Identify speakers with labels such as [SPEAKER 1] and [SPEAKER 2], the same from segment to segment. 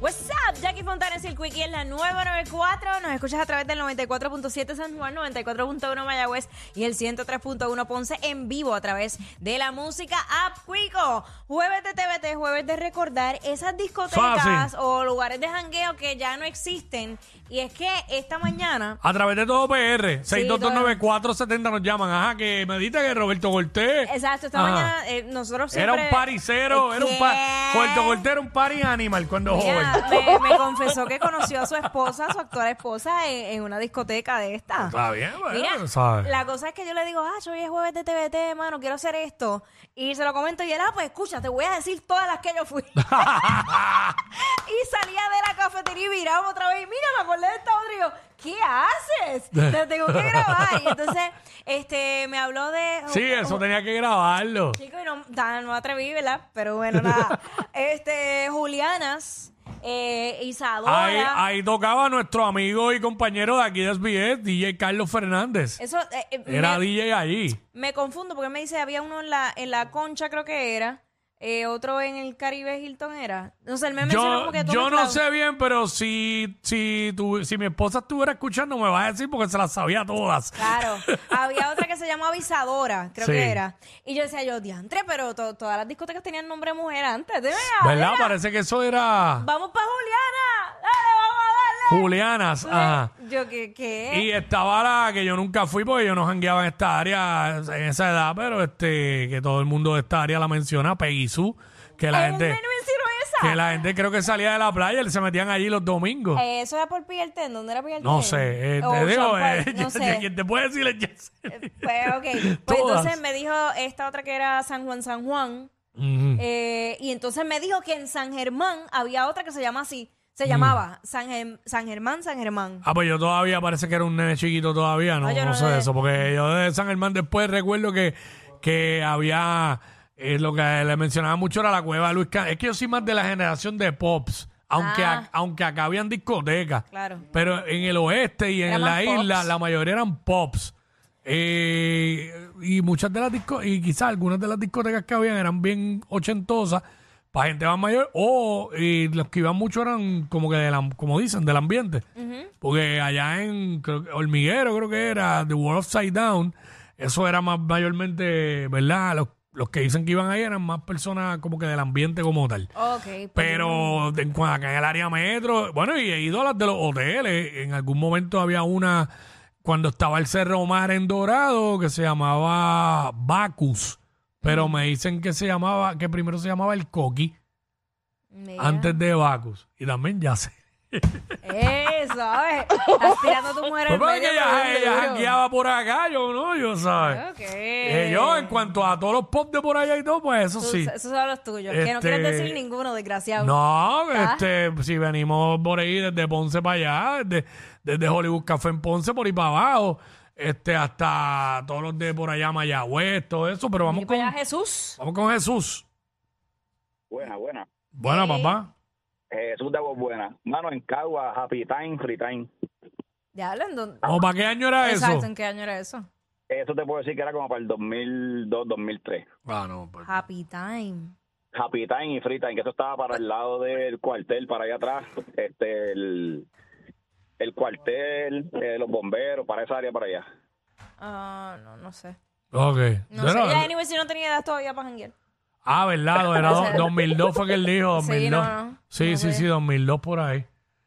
[SPEAKER 1] What's up, Jackie Fontanes y el Quickie en la 994. Nos escuchas a través del 94.7 San Juan, 94.1 Mayagüez y el 103.1 Ponce en vivo a través de la música App Quico. Jueves de TVT, jueves de recordar esas discotecas
[SPEAKER 2] Fácil.
[SPEAKER 1] o lugares de jangueo que ya no existen. Y es que esta mañana
[SPEAKER 2] A través de todo PR,
[SPEAKER 1] todo.
[SPEAKER 2] 6229470 nos llaman. Ajá, que me dijiste que Roberto Cortés.
[SPEAKER 1] Exacto, esta
[SPEAKER 2] Ajá.
[SPEAKER 1] mañana eh, nosotros
[SPEAKER 2] Ah. Era
[SPEAKER 1] siempre...
[SPEAKER 2] un paricero, era un pa
[SPEAKER 1] ¿Qué?
[SPEAKER 2] Roberto Cortés era un party animal cuando
[SPEAKER 1] Mira,
[SPEAKER 2] joven.
[SPEAKER 1] me, me confesó que conoció a su esposa, su actual esposa, en, en una discoteca de esta.
[SPEAKER 2] Está bien, bueno,
[SPEAKER 1] Mira,
[SPEAKER 2] ¿sabes?
[SPEAKER 1] la cosa es que yo le digo, ah, hoy es jueves de TVT, hermano, quiero hacer esto. Y se lo comento y él, ah, pues escucha, te voy a decir todas las que yo fui. y salía de la cafetería y miraba otra vez, y mira, me acordé de esta otra. Y yo, ¿qué haces? Te tengo que grabar. Y entonces, este, me habló de...
[SPEAKER 2] Sí, eso tenía que grabarlo.
[SPEAKER 1] Chico, y no, da- no me atreví, ¿verdad? Pero bueno, nada. este, Julianas, eh, Isadora.
[SPEAKER 2] Ahí, ahí tocaba nuestro amigo y compañero de aquí de SBS, DJ Carlos Fernández.
[SPEAKER 1] Eso, eh, eh,
[SPEAKER 2] Era
[SPEAKER 1] me-
[SPEAKER 2] DJ allí.
[SPEAKER 1] Me confundo porque me dice, había uno en la, en la concha, creo que era. eh, otro en el Caribe Hilton era. No sé, él me mencionó
[SPEAKER 2] Yo,
[SPEAKER 1] como que todo
[SPEAKER 2] yo no
[SPEAKER 1] mezclado.
[SPEAKER 2] sé bien, pero si, si, tu- si mi esposa estuviera escuchando, me va a decir porque se las sabía todas.
[SPEAKER 1] Claro. había otra que se llamaba Avisadora, creo
[SPEAKER 2] Sí.
[SPEAKER 1] que era. Y yo decía, yo, diantre, pero to- todas las discotecas tenían nombre de mujer antes. Dime,
[SPEAKER 2] ¿Verdad?
[SPEAKER 1] mira,
[SPEAKER 2] Parece que eso era
[SPEAKER 1] Vamos para Juliana. Dale,
[SPEAKER 2] Julianas.
[SPEAKER 1] vamos a
[SPEAKER 2] Ajá.
[SPEAKER 1] darle. Eh, Yo, ¿qué? qué?
[SPEAKER 2] ah. Y estaba la que yo nunca fui porque yo no jangueaba en esta área en esa edad, pero este que todo el mundo de esta área la menciona, Peggy Sue, que la
[SPEAKER 1] Él
[SPEAKER 2] gente
[SPEAKER 1] me mencionó esa.
[SPEAKER 2] que la gente creo que salía de la playa y se metían allí los domingos.
[SPEAKER 1] Eh, eso era por Pierten, ¿dónde era Pierten?
[SPEAKER 2] no sé, eh,
[SPEAKER 1] O
[SPEAKER 2] te digo,
[SPEAKER 1] Ocean Park,
[SPEAKER 2] eh,
[SPEAKER 1] no
[SPEAKER 2] ya-
[SPEAKER 1] sé.
[SPEAKER 2] ya- quien te puede decir es Yesenia.
[SPEAKER 1] Pues, ok. Pues
[SPEAKER 2] Todas.
[SPEAKER 1] entonces me dijo esta otra que era San Juan San Juan.
[SPEAKER 2] Ujú.
[SPEAKER 1] eh, y entonces me dijo que en San Germán había otra que se llama así.
[SPEAKER 2] Mm.
[SPEAKER 1] Se llamaba San, Gem- San Germán, San Germán.
[SPEAKER 2] Ah, pues yo todavía parece que era un nene chiquito todavía, no,
[SPEAKER 1] Ah, yo
[SPEAKER 2] no
[SPEAKER 1] no
[SPEAKER 2] sé
[SPEAKER 1] sé.
[SPEAKER 2] eso, porque yo de San Germán después recuerdo que, que había, eh, lo que le mencionaba mucho era la cueva de Luis Can- Es que yo soy más de la generación de Pops, aunque,
[SPEAKER 1] Ah.
[SPEAKER 2] a- aunque acá habían discotecas,
[SPEAKER 1] Claro.
[SPEAKER 2] pero en el oeste y
[SPEAKER 1] Eran
[SPEAKER 2] en
[SPEAKER 1] más
[SPEAKER 2] la isla
[SPEAKER 1] Pops.
[SPEAKER 2] la mayoría eran Pops. Eh, y muchas de las discotecas, y quizás algunas de las discotecas que habían eran bien ochentosas para gente más mayor, o y los que iban mucho eran como que, del am- como dicen, del ambiente. Porque allá en creo que Hormiguero, creo que era, The World Upside Down, eso era más mayormente, ¿verdad? Los, los que dicen que iban ahí eran más personas como que del ambiente como tal.
[SPEAKER 1] Ok. pues,
[SPEAKER 2] Ah, Pero en, cua- acá en el área metro, bueno, y he ido a las de los hoteles. En algún momento había una, cuando estaba el Cerro Mar en Dorado, que se llamaba Bacus. Pero me dicen que se llamaba, que primero se llamaba el Coqui,
[SPEAKER 1] mira.
[SPEAKER 2] antes de Bacus. Y también ya sé.
[SPEAKER 1] Eh, ¿sabes? Estás tirando a tu mujer
[SPEAKER 2] Pues
[SPEAKER 1] al
[SPEAKER 2] porque
[SPEAKER 1] medio,
[SPEAKER 2] ella,
[SPEAKER 1] pero
[SPEAKER 2] ella
[SPEAKER 1] duro.
[SPEAKER 2] jangueaba por acá, yo no, yo sabes.
[SPEAKER 1] Ok.
[SPEAKER 2] Eh, yo, en cuanto a todos los pop de por allá y todo, pues eso
[SPEAKER 1] Tú-
[SPEAKER 2] sí.
[SPEAKER 1] Esos son los tuyos. Que no
[SPEAKER 2] Este-
[SPEAKER 1] quieres decir ninguno, desgraciado.
[SPEAKER 2] No, este, si venimos por ahí desde Ponce para allá, desde, desde Hollywood Café en Ponce por ahí para abajo, este, hasta todos los de por allá, Mayagüez, todo eso, pero vamos
[SPEAKER 1] Y
[SPEAKER 2] con,
[SPEAKER 1] para allá, Jesús.
[SPEAKER 2] vamos con Jesús.
[SPEAKER 3] Buena, buena. Eh,
[SPEAKER 2] Buena,
[SPEAKER 1] Sí.
[SPEAKER 2] papá.
[SPEAKER 3] Jesús de Aguas Buena. Mano en Cagua, Happy Time, Free Time.
[SPEAKER 1] Ya hablan dónde.
[SPEAKER 2] ¿O para qué año era
[SPEAKER 1] Exacto,
[SPEAKER 2] eso?
[SPEAKER 1] ¿en qué año era eso?
[SPEAKER 3] Eso te puedo decir que era como para el 2002, 2003.
[SPEAKER 2] Ah, no, pues.
[SPEAKER 1] Happy time.
[SPEAKER 3] Happy Time y Free Time, que eso estaba para el lado del cuartel, para allá atrás. Este, el, el cuartel, eh, los bomberos, para esa área, para allá.
[SPEAKER 1] Ah, no, no sé.
[SPEAKER 2] Ok.
[SPEAKER 1] No
[SPEAKER 2] Era-
[SPEAKER 1] sé. Ya, anyway, si no tenía edad todavía para janguear.
[SPEAKER 2] Ah, verdad, era do- 2002 fue que él dijo,
[SPEAKER 1] Sí,
[SPEAKER 2] 2002.
[SPEAKER 1] no, no.
[SPEAKER 2] sí,
[SPEAKER 1] No
[SPEAKER 2] sí,
[SPEAKER 1] sé.
[SPEAKER 2] sí, 2002 por ahí.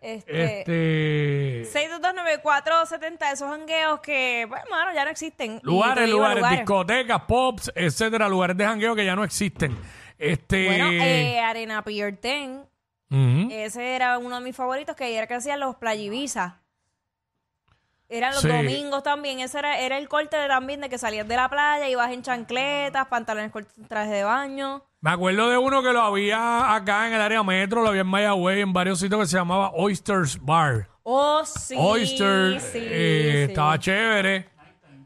[SPEAKER 1] Este.
[SPEAKER 2] Este...
[SPEAKER 1] 6229470, esos jangueos que, bueno, mano, ya no existen. Y te
[SPEAKER 2] Lugares,
[SPEAKER 1] digo,
[SPEAKER 2] lugares, discotecas, pops, etcétera, lugares de jangueo que ya no existen. Este.
[SPEAKER 1] Bueno, eh, Arena Pier 10,
[SPEAKER 2] ujú.
[SPEAKER 1] ese era uno de mis favoritos, que era que hacían los playivisa. Eran los
[SPEAKER 2] Sí.
[SPEAKER 1] domingos también, ese era, era el corte de- también de que salías de la playa, ibas en chancletas, pantalones cortos, traje de baño.
[SPEAKER 2] Me acuerdo de uno que lo había acá en el área metro, lo había en Mayagüez, en varios sitios que se llamaba Oysters Bar.
[SPEAKER 1] Oh, sí.
[SPEAKER 2] Oyster
[SPEAKER 1] sí,
[SPEAKER 2] eh,
[SPEAKER 1] sí.
[SPEAKER 2] estaba chévere.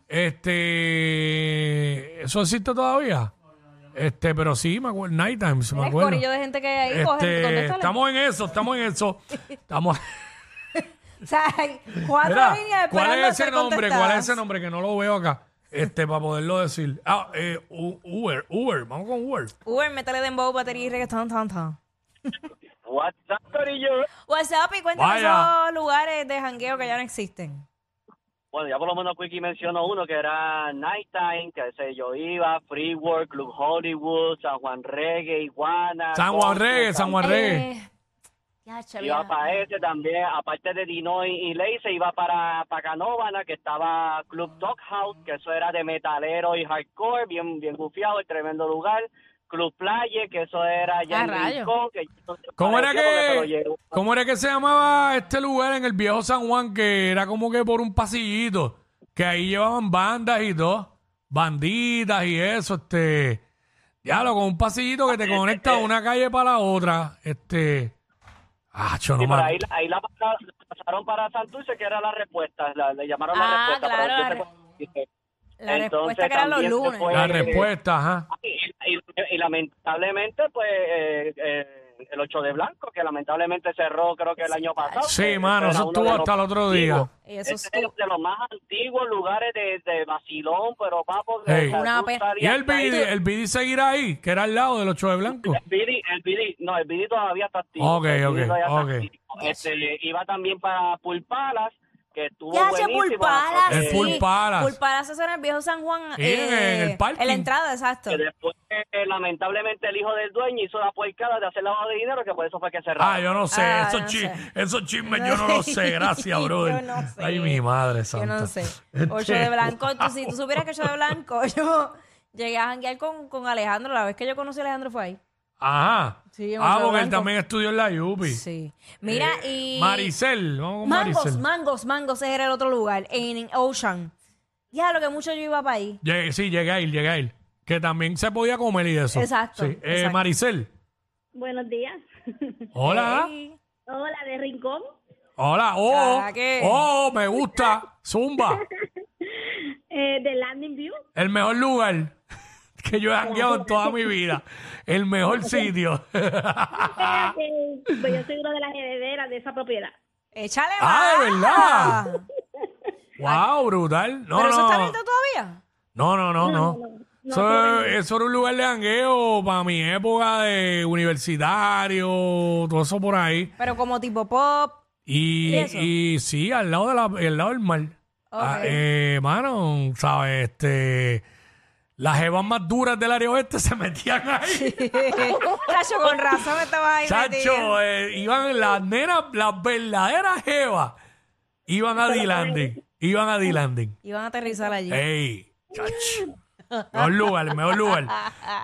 [SPEAKER 2] Este, ¿eso existe todavía? Este, pero sí, me acuerdo, Night Times, me
[SPEAKER 1] El
[SPEAKER 2] acuerdo.
[SPEAKER 1] corillo de gente que hay ahí coge,
[SPEAKER 2] Este,
[SPEAKER 1] contéstale.
[SPEAKER 2] estamos en eso, estamos en eso. Estamos
[SPEAKER 1] O sea, hay cuatro
[SPEAKER 2] Mira,
[SPEAKER 1] líneas Ah, esperando
[SPEAKER 2] ¿Cuál es
[SPEAKER 1] a ser
[SPEAKER 2] ese nombre? ¿Cuál es
[SPEAKER 1] contestadas.
[SPEAKER 2] ese nombre que no lo veo acá? Este, para poderlo decir. Ah, eh, U- Uber, Uber, vamos con Uber.
[SPEAKER 1] Uber, métale dembow, batería y reggaetón, tan, tan.
[SPEAKER 3] What's up, Corillo?
[SPEAKER 1] WhatsApp y cuéntame
[SPEAKER 2] Vaya.
[SPEAKER 1] esos lugares de jangueo que ya no existen.
[SPEAKER 4] Bueno, ya por lo menos Quickie mencionó uno que era Nighttime, que sé yo, iba, Free World, Club Hollywood, San Juan Reggae, Iguana.
[SPEAKER 2] San Juan
[SPEAKER 4] Gospel,
[SPEAKER 2] Reggae, San Juan Reggae.
[SPEAKER 1] Eh, ya, chavía.
[SPEAKER 4] Iba para ese también, aparte de Dinoy y Ley, se iba para, para Canóvana, que estaba Club Doghouse, que eso era de metalero y hardcore, bien bien gufiado, el tremendo lugar. Club Playa, que eso era ya en
[SPEAKER 1] rayos.
[SPEAKER 4] Rincón, que yo-
[SPEAKER 2] ¿Cómo era,
[SPEAKER 4] parecía porque se lo
[SPEAKER 2] que,
[SPEAKER 4] llevó.
[SPEAKER 2] ¿Cómo era que se llamaba este lugar en el viejo San Juan? Que era como que por un pasillito, que ahí llevaban bandas y todo, banditas y eso, este, diablo, con un pasillito que te conecta de una calle para la otra, este, ah, yo no
[SPEAKER 4] Sí,
[SPEAKER 2] me
[SPEAKER 4] pero ahí, ahí la, pasa- la pasaron para Santurce, que era la respuesta, la- le llamaron la
[SPEAKER 1] Ah,
[SPEAKER 4] respuesta.
[SPEAKER 1] claro,
[SPEAKER 4] pero
[SPEAKER 1] la
[SPEAKER 4] yo sé-
[SPEAKER 1] La
[SPEAKER 4] Entonces,
[SPEAKER 1] respuesta que eran los
[SPEAKER 4] también se
[SPEAKER 1] lunes.
[SPEAKER 4] fue-
[SPEAKER 2] la
[SPEAKER 4] eh,
[SPEAKER 2] respuesta, ajá.
[SPEAKER 4] Y, y- y lamentablemente, pues, eh, eh, el 8 de Blanco, que lamentablemente cerró creo que el año pasado.
[SPEAKER 2] Sí,
[SPEAKER 4] que
[SPEAKER 2] mano,
[SPEAKER 4] era
[SPEAKER 2] eso
[SPEAKER 4] uno
[SPEAKER 2] estuvo
[SPEAKER 4] de los
[SPEAKER 2] hasta el otro día.
[SPEAKER 4] antiguos.
[SPEAKER 1] Y eso
[SPEAKER 4] Ese
[SPEAKER 1] estuvo-
[SPEAKER 4] era de los más antiguos lugares de, de vacilón, pero papo, que
[SPEAKER 2] Hey.
[SPEAKER 4] o sea,
[SPEAKER 1] Una
[SPEAKER 4] tú
[SPEAKER 1] pe-
[SPEAKER 4] salías
[SPEAKER 2] Y el
[SPEAKER 4] de ahí-
[SPEAKER 2] BD, el BD seguirá ahí, que era al lado del 8 de Blanco.
[SPEAKER 4] El BD, el BD, no, el BD todavía está activo.
[SPEAKER 2] Ok,
[SPEAKER 4] El BD
[SPEAKER 2] ok,
[SPEAKER 4] todavía está
[SPEAKER 2] ok.
[SPEAKER 4] activo. Este, iba también para Pulpalas, que estuvo
[SPEAKER 1] Ya, che,
[SPEAKER 4] buenísimo.
[SPEAKER 1] Pulparas.
[SPEAKER 2] El
[SPEAKER 4] Eh,
[SPEAKER 2] Pulp Palace.
[SPEAKER 1] eso en el viejo San Juan. eh,
[SPEAKER 2] Sí, en el parking.
[SPEAKER 1] En la entrada, exacto.
[SPEAKER 4] que después, eh, lamentablemente, el hijo del dueño hizo la puercada de hacer lavado de dinero, que por eso fue que cerraron.
[SPEAKER 2] Ah, yo no sé,
[SPEAKER 1] Ah,
[SPEAKER 2] esos,
[SPEAKER 1] no
[SPEAKER 2] chi-
[SPEAKER 1] sé.
[SPEAKER 2] esos chismes yo no los sé, gracias, brother.
[SPEAKER 1] Yo no sé.
[SPEAKER 2] Ay, mi madre
[SPEAKER 1] Yo
[SPEAKER 2] santa.
[SPEAKER 1] no sé.
[SPEAKER 2] Este,
[SPEAKER 1] Ocho de blanco. Tú, si tú
[SPEAKER 2] wow.
[SPEAKER 1] supieras que ocho de blanco, yo llegué a janguear con, con Alejandro. La vez que yo conocí a Alejandro fue ahí.
[SPEAKER 2] Ajá.
[SPEAKER 1] Sí, en Ocho
[SPEAKER 2] ah,
[SPEAKER 1] de
[SPEAKER 2] porque él
[SPEAKER 1] Blanco.
[SPEAKER 2] también estudió en la Yupi.
[SPEAKER 1] Sí. Mira,
[SPEAKER 2] Eh,
[SPEAKER 1] y.
[SPEAKER 2] Maricel, vamos con
[SPEAKER 1] Mangos,
[SPEAKER 2] Oh, Maricel.
[SPEAKER 1] Mangos, Mangos, ese era el otro lugar, en Ocean. Ya lo que mucho yo iba para ahí.
[SPEAKER 2] Llegué- sí, llegué a ir, llegué a ir. Que también se podía comer y eso.
[SPEAKER 1] Exacto,
[SPEAKER 2] Sí. Eh,
[SPEAKER 1] exacto.
[SPEAKER 2] Maricel,
[SPEAKER 5] Buenos días.
[SPEAKER 2] hola.
[SPEAKER 1] Ey.
[SPEAKER 5] Hola, de Rincón.
[SPEAKER 2] Hola. Oh,
[SPEAKER 1] Ah, ¿qué?
[SPEAKER 2] oh, me gusta. Zumba.
[SPEAKER 5] Eh, de Landing View.
[SPEAKER 2] El mejor lugar que yo he hangueado en toda mi vida. El mejor sitio.
[SPEAKER 5] Eh, pues yo soy una de las herederas de esa propiedad.
[SPEAKER 1] Échale
[SPEAKER 2] Ah,
[SPEAKER 1] más.
[SPEAKER 2] ¿de verdad? wow, brutal. No,
[SPEAKER 1] ¿Pero eso
[SPEAKER 2] no.
[SPEAKER 1] está abierto todavía?
[SPEAKER 2] No, no, no, no.
[SPEAKER 5] no,
[SPEAKER 2] eso,
[SPEAKER 5] no.
[SPEAKER 2] eso era un lugar de jangueo para mi época de universitario, todo eso por ahí.
[SPEAKER 1] Pero como tipo pop.
[SPEAKER 2] Y,
[SPEAKER 1] ¿Y eso?
[SPEAKER 2] y sí, al lado, de la, al lado del mar. Ah,
[SPEAKER 1] Ok.
[SPEAKER 2] eh, mano, ¿sabes? Este, las jevas más duras del área oeste se metían ahí.
[SPEAKER 1] Chacho, con razón estabas ahí metido.
[SPEAKER 2] Chacho, eh, iban las nenas, las verdaderas jevas, iban a D-Landing. Iban a D-Landing.
[SPEAKER 1] Iban a aterrizar allí.
[SPEAKER 2] Eh. Ey, chacho. Mejor lugar, mejor lugar.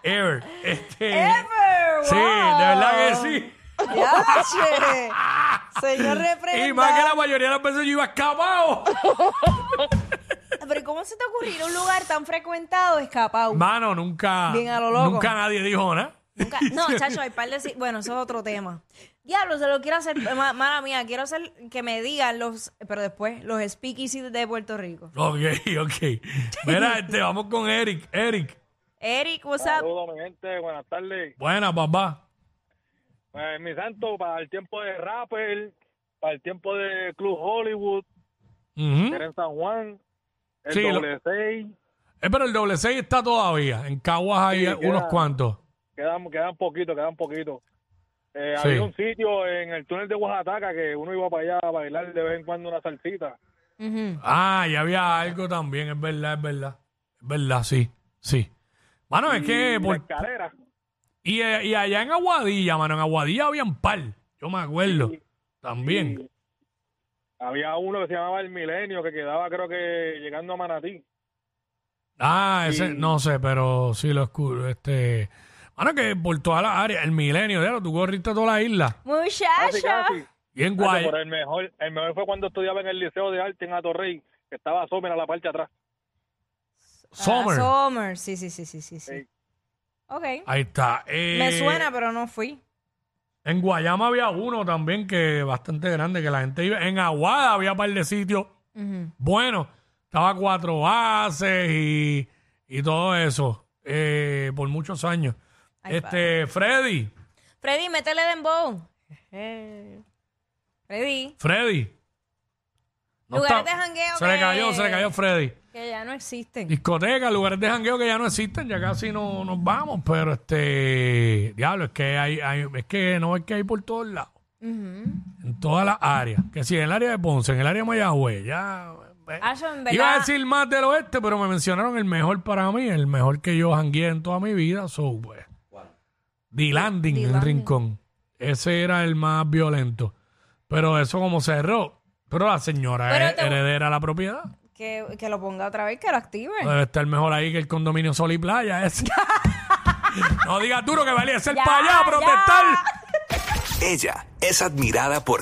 [SPEAKER 2] Ever. Este,
[SPEAKER 1] Ever,
[SPEAKER 2] Sí, de
[SPEAKER 1] wow.
[SPEAKER 2] verdad que sí.
[SPEAKER 1] Ya, che. Señor reprenda.
[SPEAKER 2] Y más que la mayoría de las veces yo iba escapado.
[SPEAKER 1] Pero ¿y ¿cómo se te ocurrió un lugar tan frecuentado escapado?
[SPEAKER 2] Mano, nunca.
[SPEAKER 1] Bien a lo loco.
[SPEAKER 2] Nunca nadie dijo nada.
[SPEAKER 1] Nunca- No, chacho, hay par de... si- Bueno, eso es otro tema. Diablo, se lo quiero hacer... ma- Mala mía, quiero hacer que me digan los... Pero después, los speakeasy de Puerto Rico.
[SPEAKER 2] Ok, ok. Mira, este, vamos con Eric. Eric,
[SPEAKER 1] Eric, what's up?
[SPEAKER 6] Saludos, mi gente. Buenas tardes.
[SPEAKER 2] buena, papá.
[SPEAKER 6] Pues, mi santo, para el tiempo de Rapper, para el tiempo de Club Hollywood, que
[SPEAKER 2] Ujú.
[SPEAKER 6] era en San Juan, el
[SPEAKER 2] Sí, lo-
[SPEAKER 6] doble seis,
[SPEAKER 2] Eh, pero el doble seis está todavía. En Caguas hay
[SPEAKER 6] Sí,
[SPEAKER 2] unos
[SPEAKER 6] queda.
[SPEAKER 2] cuantos.
[SPEAKER 6] quedan, quedan poquito, quedan poquito. Eh,
[SPEAKER 2] Sí.
[SPEAKER 6] Había un sitio en el túnel de Oaxaca que uno iba para allá a bailar de vez en cuando una salsita.
[SPEAKER 1] Ujú.
[SPEAKER 2] Ah, y había algo también, es verdad, es verdad. Es verdad, sí, sí. Mano, es que
[SPEAKER 6] Y
[SPEAKER 2] por-
[SPEAKER 6] la escalera.
[SPEAKER 2] y, eh, y allá en Aguadilla, mano, en Aguadilla habían par, yo me acuerdo. también.
[SPEAKER 6] Había uno que se llamaba El Milenio, que quedaba creo que llegando a Manatí.
[SPEAKER 2] Ah, ese, no sé, pero sí lo escucho. Este, mano, que por toda la área, el milenio, ya, tú corriste toda la isla.
[SPEAKER 6] Casi,
[SPEAKER 1] Muchacho.
[SPEAKER 6] casi.
[SPEAKER 2] Bien
[SPEAKER 6] Hacho,
[SPEAKER 2] guay.
[SPEAKER 6] pero el mejor, el mejor fue cuando estudiaba en el Liceo de Arte en Atorrey, que estaba Sommer a la parte de atrás.
[SPEAKER 2] Summer.
[SPEAKER 1] Ah, Summer, sí, sí, sí, sí, sí. sí.
[SPEAKER 6] Sí.
[SPEAKER 1] Ok.
[SPEAKER 2] Ahí está.
[SPEAKER 1] Me
[SPEAKER 2] Eh,
[SPEAKER 1] suena, pero no fui.
[SPEAKER 2] En Guayama había uno también que bastante grande, que la gente iba. En Aguada había un par de sitios.
[SPEAKER 1] Ujú.
[SPEAKER 2] Bueno, estaba cuatro bases y, y todo eso eh, por muchos años.
[SPEAKER 1] Ay,
[SPEAKER 2] este, Freddy,
[SPEAKER 1] Freddy, métele dembow. Eh. Freddy,
[SPEAKER 2] Freddy.
[SPEAKER 1] Lugares de jangueo
[SPEAKER 2] Se le
[SPEAKER 1] que-
[SPEAKER 2] cayó, se le cayó Freddy.
[SPEAKER 1] que ya no existen.
[SPEAKER 2] Discotecas, lugares de jangueo que ya no existen, ya casi no nos vamos, pero este, diablo, es que hay, hay- es que no es que hay por todos lados,
[SPEAKER 1] Ujú.
[SPEAKER 2] en todas las áreas, que si en el área de Ponce, en el área de Mayagüez, ya eh,
[SPEAKER 1] Ah, yo en
[SPEAKER 2] iba a
[SPEAKER 1] verdad-
[SPEAKER 2] decir más del oeste, pero me mencionaron el mejor para mí, el mejor que yo jangueé en toda mi vida, so pues. The Landing en Rincón. Ese era el más violento. Pero eso como cerró. Pero la señora
[SPEAKER 1] Pero
[SPEAKER 2] es
[SPEAKER 1] te-
[SPEAKER 2] heredera de la propiedad.
[SPEAKER 1] Que, que lo ponga otra vez, que lo active.
[SPEAKER 2] Debe estar mejor ahí que el condominio Sol y Playa. ese. no digas duro que valía ser
[SPEAKER 1] Ya,
[SPEAKER 2] para allá a
[SPEAKER 1] ya.
[SPEAKER 2] protestar.
[SPEAKER 7] Ella es admirada por